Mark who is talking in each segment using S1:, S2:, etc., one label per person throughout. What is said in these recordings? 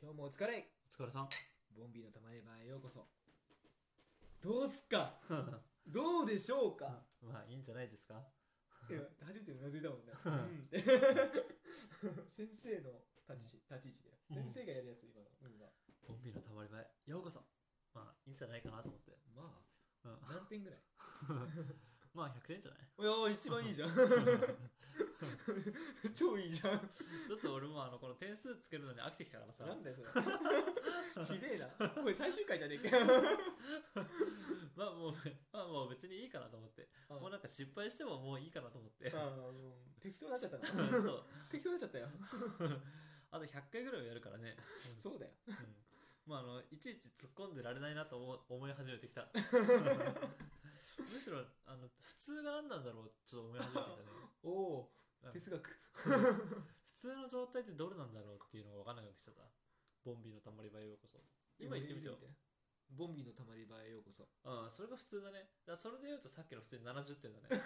S1: どうもお疲れ
S2: お疲れさん。
S1: ボンビーのたまれ場へようこそどうす かどうでしょう か
S2: まあいいんじゃないですか。
S1: いや初めてうなずいたもんね、
S2: うん
S1: うん 先生の立ち立ち位置だよ
S2: うん
S1: 先生がやるやつ今の、うんが
S2: ボンビーのたまり場へようこそ。まあいいんじゃないかなと思って。
S1: ま
S2: うん
S1: あ、何点ぐらい
S2: まあ100点じゃない
S1: いやー一番いいじゃん 超いいじゃん
S2: ちょっと俺もあのこの点数つけるのに飽きてきたからさ。
S1: なんだよ それ ひでえなこれ最終回じゃねえ か
S2: まあもう、 まあもう別にいいかなと思って。
S1: あ
S2: もうなんか失敗してももういいかなと思 って。
S1: あーもう適当になっちゃった な
S2: そう。
S1: 適当になっちゃったよ
S2: あと100回ぐらいはやるからね。
S1: そうだよ
S2: うんまああの、いちいち突っ込んでられないなと思思い始めてきた。むしろあの普通が何なんだろうちょっと思い始めてきたね。
S1: おお
S2: なんか
S1: 哲学
S2: 普通の状態ってどれなんだろうっていうのが分かんなくなってきちゃった。ボンビーのたまり場へようこそ。今言ってみてよ。
S1: ボンビーのたまり場へようこそ
S2: うん、それが普通だね。だからそれで言うとさっきの普通に70点だね。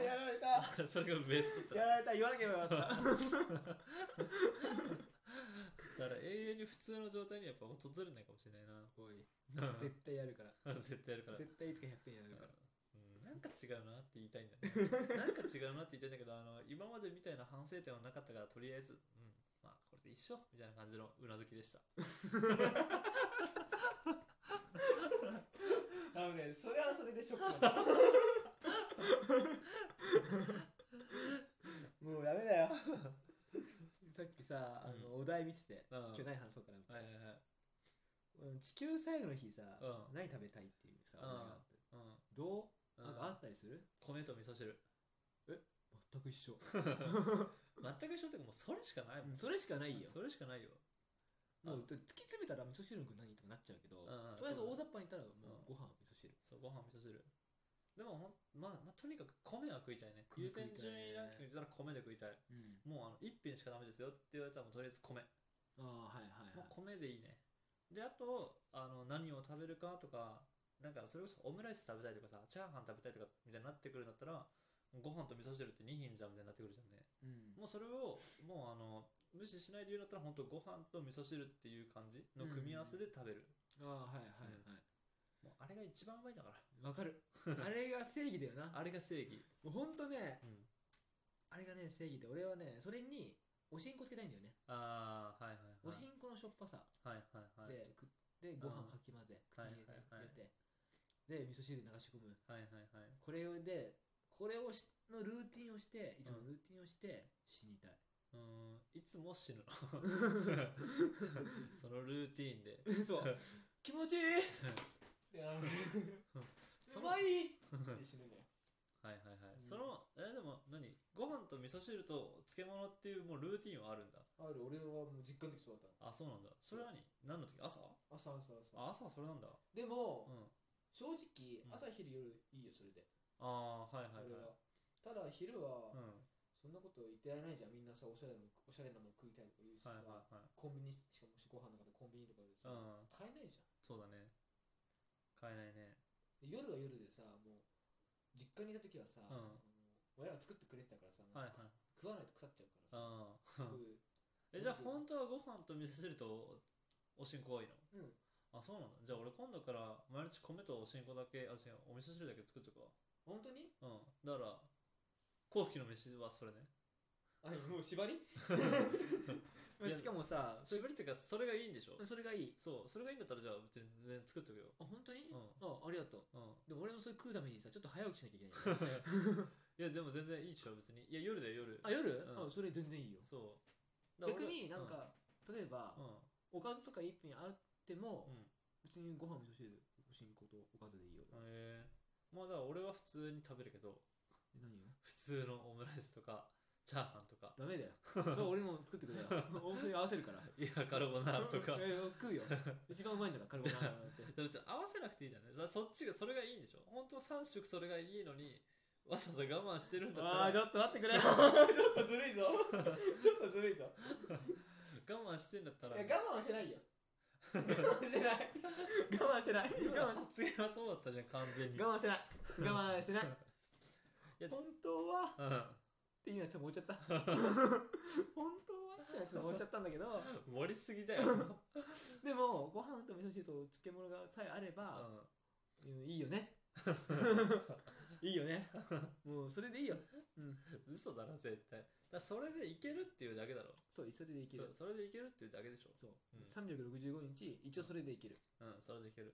S1: やられた
S2: それがベスト
S1: や
S2: だ
S1: られた
S2: っ
S1: 言わなきゃよかった
S2: た。だから永遠に普通の状態にやっぱ訪れないかもしれないな。
S1: おい
S2: 絶
S1: 絶 対やるから
S2: 対やるから。
S1: 絶対いつか100点やるから
S2: うんなんか違うなって言いたいんだね。 なんか違うなって言いたいんだけど、あの今までみたいな反省点はなかったから、とりあえず、うん、まあこれで一緒みたいな感じのうなずきでした。
S1: あのねそれはそれでショック だなもうダメだよさっきさあのお題見てて
S2: うん。はい
S1: 今日何話そうかなみたい
S2: はいはい。
S1: なうん地球最後の日さ
S2: うん
S1: 何食べたいっていうさお
S2: うん
S1: 題があって
S2: うん。
S1: どう
S2: うん
S1: なんかあったりする
S2: 米と味噌汁。
S1: 全く 一緒
S2: 全く一緒っていうかもうそれしかないもん。
S1: それしかないよ
S2: それしかないよ。
S1: もう突き詰めたら味噌汁の具何とかなっちゃうけど、
S2: んうん
S1: とりあえず
S2: そう
S1: 大雑
S2: だ
S1: 把に言ったらもう
S2: う
S1: ご飯味噌汁、
S2: そう、ご飯、味噌汁。でもほん、まあ、まあ、とにかく米は食いたいね。
S1: 米
S2: 優
S1: 食い
S2: 先
S1: たいね
S2: 順位ランキングで言ったら米で食いたい。もうあの一品しかダメですよって言われたらもうとりあえず米。も
S1: ああはいはい、は
S2: う
S1: い、
S2: 米でいいね。で、あと、あの何を食べるかとか、なんかそれこそオムライス食べたいとかさ、チャーハン食べたいとかみたいになってくるんだったら、ご飯と味噌汁って2品じゃんみたいになってくるじゃんね。
S1: うん
S2: もうそれを、もうあの、無視しないで言うんだったら、本当ご飯と味噌汁っていう感じの組み合わせで食べる。
S1: ああはいはいはい
S2: もうあれが一番うまいんだから。
S1: わか るあれが正義だよな
S2: あれが正義。
S1: もうほんとね
S2: うん。
S1: あれがね正義で俺はねそれにおしんこつけたいんだよね、
S2: ああ、はいはい、はい。
S1: おしんこのしょっぱさ
S2: はいはいはい。
S1: で,、くでご飯をかき混ぜ口に入れて、
S2: はいはいは
S1: 入
S2: い
S1: れてで味噌汁流し込む
S2: はいはいはい。
S1: これをでこれをしのルーティンをしていつもルーティンをして死にたい、
S2: うーん、いつも死ぬの。そのルーティーンで。
S1: そう気持ちいいであのうまいって死ぬね
S2: はいはい
S1: う
S2: はい。
S1: ん
S2: その、え、でも何ご飯と味噌汁と漬物っていうもうルーティーンはあるんだ。
S1: ある俺はもう実感的そうだっ
S2: あ、そうなんだ。それは何何の時朝
S1: た朝朝朝
S2: あ、朝はそれなんだ。
S1: で
S2: う
S1: も、
S2: ん。
S1: 正直
S2: うん
S1: 朝昼夜いいよそれで、
S2: ああー、はいはい
S1: 俺
S2: は。
S1: はただ昼はい
S2: うん。
S1: そんなこと言ってられないじゃんみんなさおしゃれなもんおしゃれなもん食いたいとか言うし
S2: は
S1: さ、
S2: いはいはい。
S1: コンビニしかもしご飯の中でコンビニとかでさ、
S2: うん、
S1: 買えないじゃん
S2: そうだね。買えないね。
S1: で夜は夜でさもう実家にいた時はさ、
S2: うん
S1: あの親が作ってくれてたからさ、もう
S2: はいはい。
S1: 食わないと腐っちゃうからさ、
S2: う
S1: 食
S2: ん。
S1: う
S2: えじゃあ本当はご飯と味噌汁とおしんこがいいの
S1: うん
S2: あそうなんだじゃあ俺今度から毎日米とおしんこだけあ違うお味噌汁だけ作っとく
S1: 本当に
S2: わうんだから後期の飯はそれね
S1: あもう 縛り
S2: いや
S1: しかもさそれ
S2: 縛りっていうかそれがいいんでしょ
S1: それがいい
S2: そうそれがいいんだったらじゃあ全然作っとくよ
S1: あ本当に、
S2: うん
S1: あありがとうで
S2: うん
S1: も俺もそれ食うためにさちょっと早起きしなきゃいけない
S2: いやでも全然いいでしょ別にいや夜だよ夜
S1: あ夜、
S2: うん
S1: あそれ全然いいよ
S2: そうだから
S1: 逆
S2: 俺
S1: になんか、例えば、
S2: う
S1: お
S2: ん
S1: かずとか一品あっても、
S2: うん
S1: 別にご飯味噌汁おしんことおかずでいいよ、
S2: うんへえまあだから俺は普通に食べるけど
S1: え何よ
S2: 普通のオムライスとかチャーハンとか
S1: ダメ だよそれ俺も作ってくれよお店に合わせるから
S2: いやカルボナーラとか
S1: え食うよ一番うまいんだからカルボナーラなん て
S2: だから別に合わせなくていいじゃんねだからそっちがそれがいいんでしょ本当は3食それがいいのにわざわざ我慢してるんだ
S1: あー
S2: っ
S1: ち
S2: たら
S1: ょっと待ってくれ ちょっとずるいぞちょっとずるいぞ
S2: 我慢してんだったら
S1: いや我慢はしてないよ我慢してない我慢してない我慢し
S2: 次はそうだったじゃん完全に
S1: 我慢してない我慢してない
S2: いや
S1: 本当はって
S2: うん
S1: いうのはちょっともうちゃった本当はってがちょっと終わっちゃったんだけど
S2: 盛りすぎだよ、うん
S1: でもご飯と味噌汁と漬物がさえあれば、うんいいよねいいよねもうそれでいいよ
S2: 嘘だな絶対だからそれでいけるっていうだけだろ
S1: そうそれでいける
S2: そそれでいけるっていうだけでしょ
S1: そう、
S2: うん
S1: 365日一応それでいける、
S2: うんそれでいける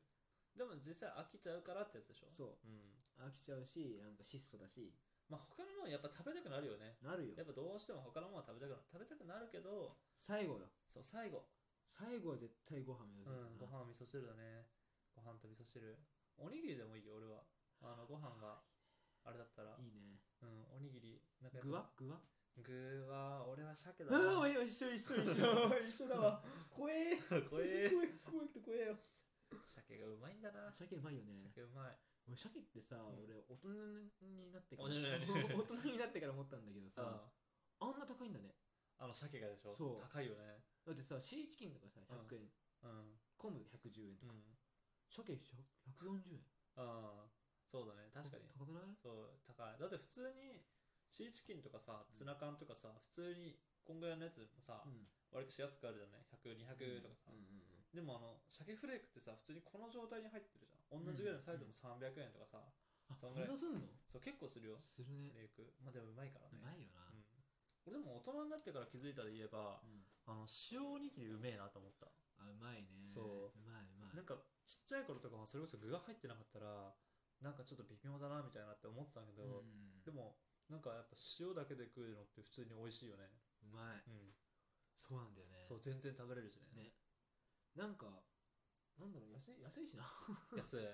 S2: でも実際飽きちゃうからってやつでしょう、
S1: そ
S2: ん、
S1: う飽きちゃうしなんか質素だし
S2: まあ他のもんやっぱ食べたくなるよね
S1: なるよ
S2: やっぱどうしても他のもんは食べたくな食べたくなるけど
S1: 最後よ
S2: そう最後、
S1: 最後は絶対ご飯よ、
S2: うん、ご飯味噌汁だねご飯と味噌汁おにぎりでもいいよ俺はあのご飯があれだったら
S1: いいね
S2: うんおにぎりなんかやっぱ
S1: 具は具は
S2: 具は俺は鮭だ
S1: ああ
S2: な
S1: 一緒一緒一緒一緒だわ怖え
S2: 怖え
S1: 怖え怖くて怖えよ
S2: 鮭がうまいんだな
S1: 鮭うまいよね
S2: 鮭うまい
S1: 俺鮭ってさ、
S2: ん
S1: 俺大人になってから
S2: 大人にな
S1: 大
S2: っ
S1: 人
S2: て
S1: になってから思ったんだけどさ、
S2: あ
S1: あんな高いんだね
S2: あの鮭がでしょ
S1: そう
S2: 高いよね
S1: だってさシーチキンとかさ100円、
S2: うん
S1: 昆布110円と
S2: う
S1: か、
S2: ん
S1: 鮭140円
S2: ああそうだね確かに
S1: 高くない
S2: そう高いだって普通にシーチキンとかさツナ缶とかさ普通にこんぐらいのやつもさ、
S1: うん
S2: 割としやすくあるじゃない100200とか
S1: う
S2: さ、
S1: んうん
S2: でもあの鮭フレークってさ普通にこの状態に入ってるじゃん同じぐらいのサイズも300円とかさ、
S1: あ
S2: そ
S1: そ
S2: ん
S1: ん
S2: ぐらい
S1: なすんの
S2: そう結構するよ
S1: するね
S2: フレークまあでもうまいから
S1: う
S2: ね
S1: まいよな、
S2: うん、俺でも大人になってから気づいたで言えば
S1: うん
S2: あの塩おにぎりうめえなと思った、
S1: あうまいね
S2: そう
S1: うまいうまい
S2: なんかちっちゃい頃とかはそれこそ具が入ってなかったらなんかちょっと微妙だなみたいなって思ってたけど、
S1: うん
S2: でもなんかやっぱ塩だけで食うのって普通に美味しいよね
S1: うまい
S2: うん
S1: そうなんだよね
S2: そう全然食べれるしね
S1: ねなんかなんだろう安い安いしな
S2: 安い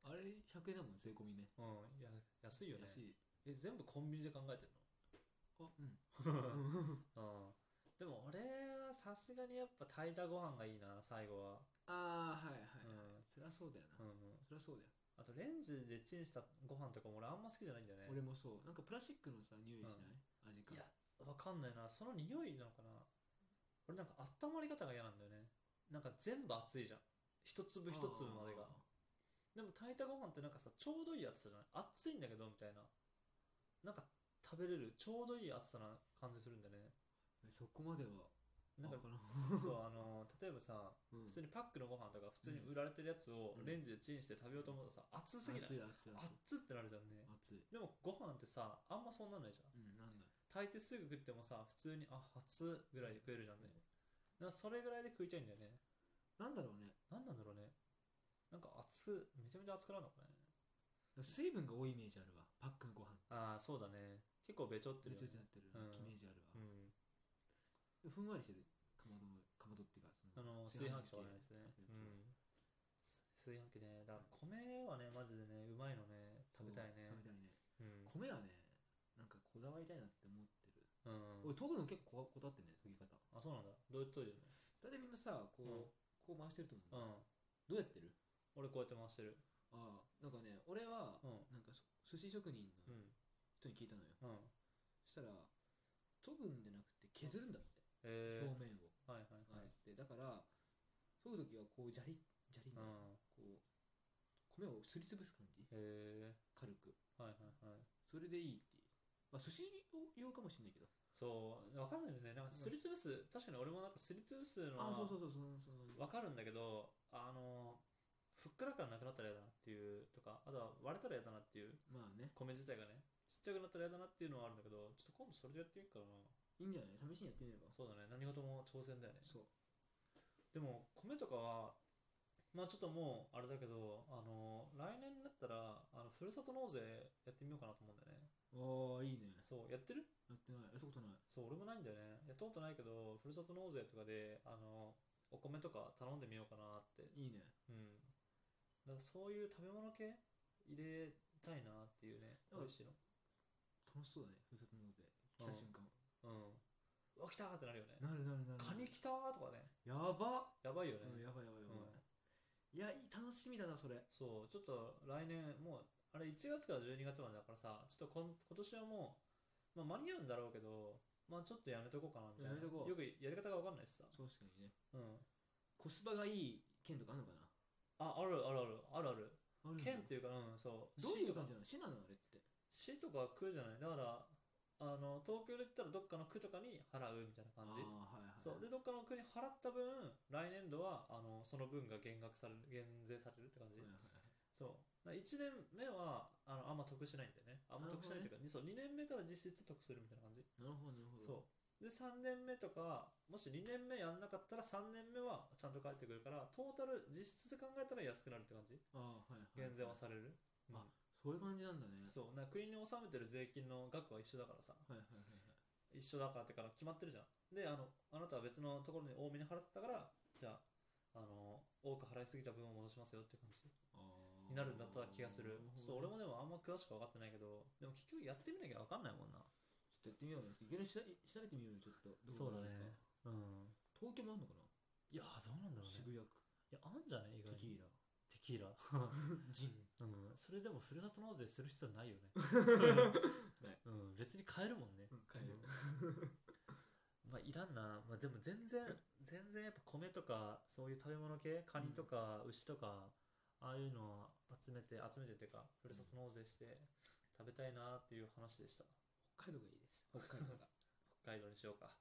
S1: あれ100円だもん税込みね
S2: うんや安いよね
S1: 安い
S2: え全部コンビニで考えてる
S1: あうん
S2: のうんでも俺はさすがにやっぱ炊いたご飯がいいな最後は
S1: ああはいはいはい
S2: うん
S1: そりゃそうだよ
S2: う
S1: なんそりゃそうだよ
S2: あとレンジでチンしたご飯とかも俺あんま好きじゃないんだよね
S1: 俺もそうなんかプラスチックのさ匂いしない味か
S2: いやわかんないなその匂いなのかな俺なんか温まり方が嫌なんだよねなんか全部熱いじゃん一粒一粒までが
S1: あ
S2: でも炊いたご飯ってなんかさちょうどいい熱さじゃない熱いんだけどみたいななんか食べれるちょうどいい熱さな感じするんだよね
S1: ーそこまでは
S2: なんか
S1: わからん
S2: そうあのー例えばさ
S1: うん
S2: 普通にパックのご飯とか普通に売られてるやつを
S1: うん
S2: レンジでチンして食べようと思うとさ熱すぎない
S1: 熱い熱い熱い
S2: 熱ってなるじゃんね
S1: 熱い
S2: でもご飯ってさあんまそうなんないじゃん
S1: うんなんだ
S2: 炊いてすぐ食ってもさ普通にあ初ぐらいで食えるじゃんねなんかそれぐらいで食いたいんだよね
S1: なんだろうね
S2: 何なんだろうねなんか熱めちゃめちゃ熱くなるのかね
S1: 水分が多いイメージあるわパックのご飯
S2: ああそうだね結構べちょって
S1: べ
S2: る
S1: ちょ
S2: よ
S1: って
S2: ね
S1: なってるイ
S2: うん
S1: メージある
S2: う
S1: わふんわ
S2: ん
S1: りしてるかまどのかまどっていうかそ
S2: あの炊飯器とかのやつね、う
S1: 炊飯器
S2: ん、す炊飯器ねだから米はねマジでねうまいのね食べたいね
S1: そう食べたいね
S2: うん、
S1: 米はねなんかこだわりたいなって思ってる俺
S2: うん、
S1: 研ぐの結構ここだわってんだよ研ぎ方
S2: あそうなんだどうやって研いでる
S1: 大体みんなさこう、
S2: うん
S1: こう回してると思う、どう
S2: の
S1: やってる
S2: うん俺こうやって回してる
S1: ああなんかね俺は、
S2: うん
S1: なんかそ寿司職人
S2: う
S1: の
S2: ん
S1: 人に聞いたのよ、
S2: うん
S1: そしたら研ぐんじゃなくて削るんだって、表
S2: え
S1: 面を、
S2: ー、はいはいは
S1: あっ
S2: い、
S1: てだから研ぐ時はこうじゃりじゃり
S2: う
S1: なんこう米をすりつぶす感じ
S2: え
S1: 軽く
S2: ー、はいはいはい
S1: それでいいっていうまあ寿司用かもしれないけど
S2: そう、わかんないよね。なんかすりつぶす、確かに俺もなんかすりつぶすの
S1: ああ
S2: は
S1: そうそうそうそうそうそう
S2: わかるんだけど、あの、ふっくら感なくなったら嫌だなっていうとか、あとは割れたら嫌だなっていう、
S1: まあね
S2: 米自体がね、ちっちゃくなったら嫌だなっていうのはあるんだけど、ちょっと今度それでやってみるからな。
S1: いいんじゃない試しにやってみれば
S2: そうだね、何事も挑戦だよね。
S1: そう
S2: でも、米とかは、まあちょっともうあれだけど、あの、来年になったら、あのふるさと納税やってみようかなと思うんだよね。
S1: ああいいね
S2: そう、やってる
S1: やってないやったことない
S2: そう、俺もないんだよね。やったことないけど、ふるさと納税とかで、あの、お米とか頼んでみようかなって。
S1: いいね
S2: うん。だからそういう食べ物系入れたいなっていうね。
S1: うん
S2: 美味しいの。
S1: 楽しそうだねふるさと納税来た瞬間
S2: うん。うわ、来たーってなるよね。
S1: なるなるなる
S2: カニ来たーとかね。
S1: やば
S2: やばいよね。
S1: うんやばいやばいやばい、
S2: うん
S1: いやいい楽しみだなそれ
S2: そう、ちょっと来年、もう、あれ1月から12月までだからさ、ちょっとこん今年はもう、まあ間に合うんだろうけど、まあちょっとやめとこうかなみたい
S1: やめ
S2: な。
S1: とこう
S2: よくやり方がわかんないしさ。
S1: 確かにね
S2: うん。
S1: コスパがいい県とかあるのかな
S2: あ、あるあるある。あるある。
S1: あるんだ
S2: 県っていうか、うん、そう。
S1: どういう
S2: 市とか
S1: 感じなの市なのあれって
S2: 市とか食うじゃないだからあの東京で言ったらどっかの区とかに払うみたいな感じ
S1: あーはいはい
S2: そうでどっかの区に払った分来年度はあのその分が減額される減税されるって感じ、
S1: はいはい
S2: そうだ1年目はあのあんま得しないんだよねあんま得しないというか、にそう2年目から実質得するみたいな感じ、
S1: なるほどなるほど
S2: そうで3年目とかもし2年目やんなかったら3年目はちゃんと返ってくるからトータル実質で考えたら安くなるって感じ
S1: あーはいはい
S2: 減税はされる、うん
S1: あそういう感じなんだね
S2: そうな国に納めてる税金の額は一緒だからさ
S1: はいはいはい
S2: 一緒だからってから決まってるじゃんであのあなたは別のところに多めに払ってたからじゃああの多く払いすぎた分を戻しますよって感じ
S1: はい
S2: になるんだった気がするちょっと俺
S1: も
S2: もでもあんま詳しく分かってないけどでも結局やってみなきゃ分かんないもんな
S1: ちょっとやってみようよいきなり調べ調べてみようよちょっとどこ
S2: そうだね
S1: なのか
S2: う
S1: 東
S2: ん
S1: 京もあんのかない
S2: やーどうなんだろう
S1: 渋
S2: ね
S1: 谷区
S2: いやあんじゃね意外
S1: テキー
S2: に
S1: ラ
S2: テキーラ
S1: ジン
S2: うんそれでもふるさと納税する必要ないよね
S1: ない
S2: うん別に買えるもんね
S1: 帰る
S2: うん まあいらんな、まあ、でも全然全然やっぱ米とかそういう食べ物系カニとか牛とか、ああいうのは集めて集めてっていうかふるさと納税して食べたいなっていう話でした
S1: 北海道がいいです北海道が
S2: 北海道にしようか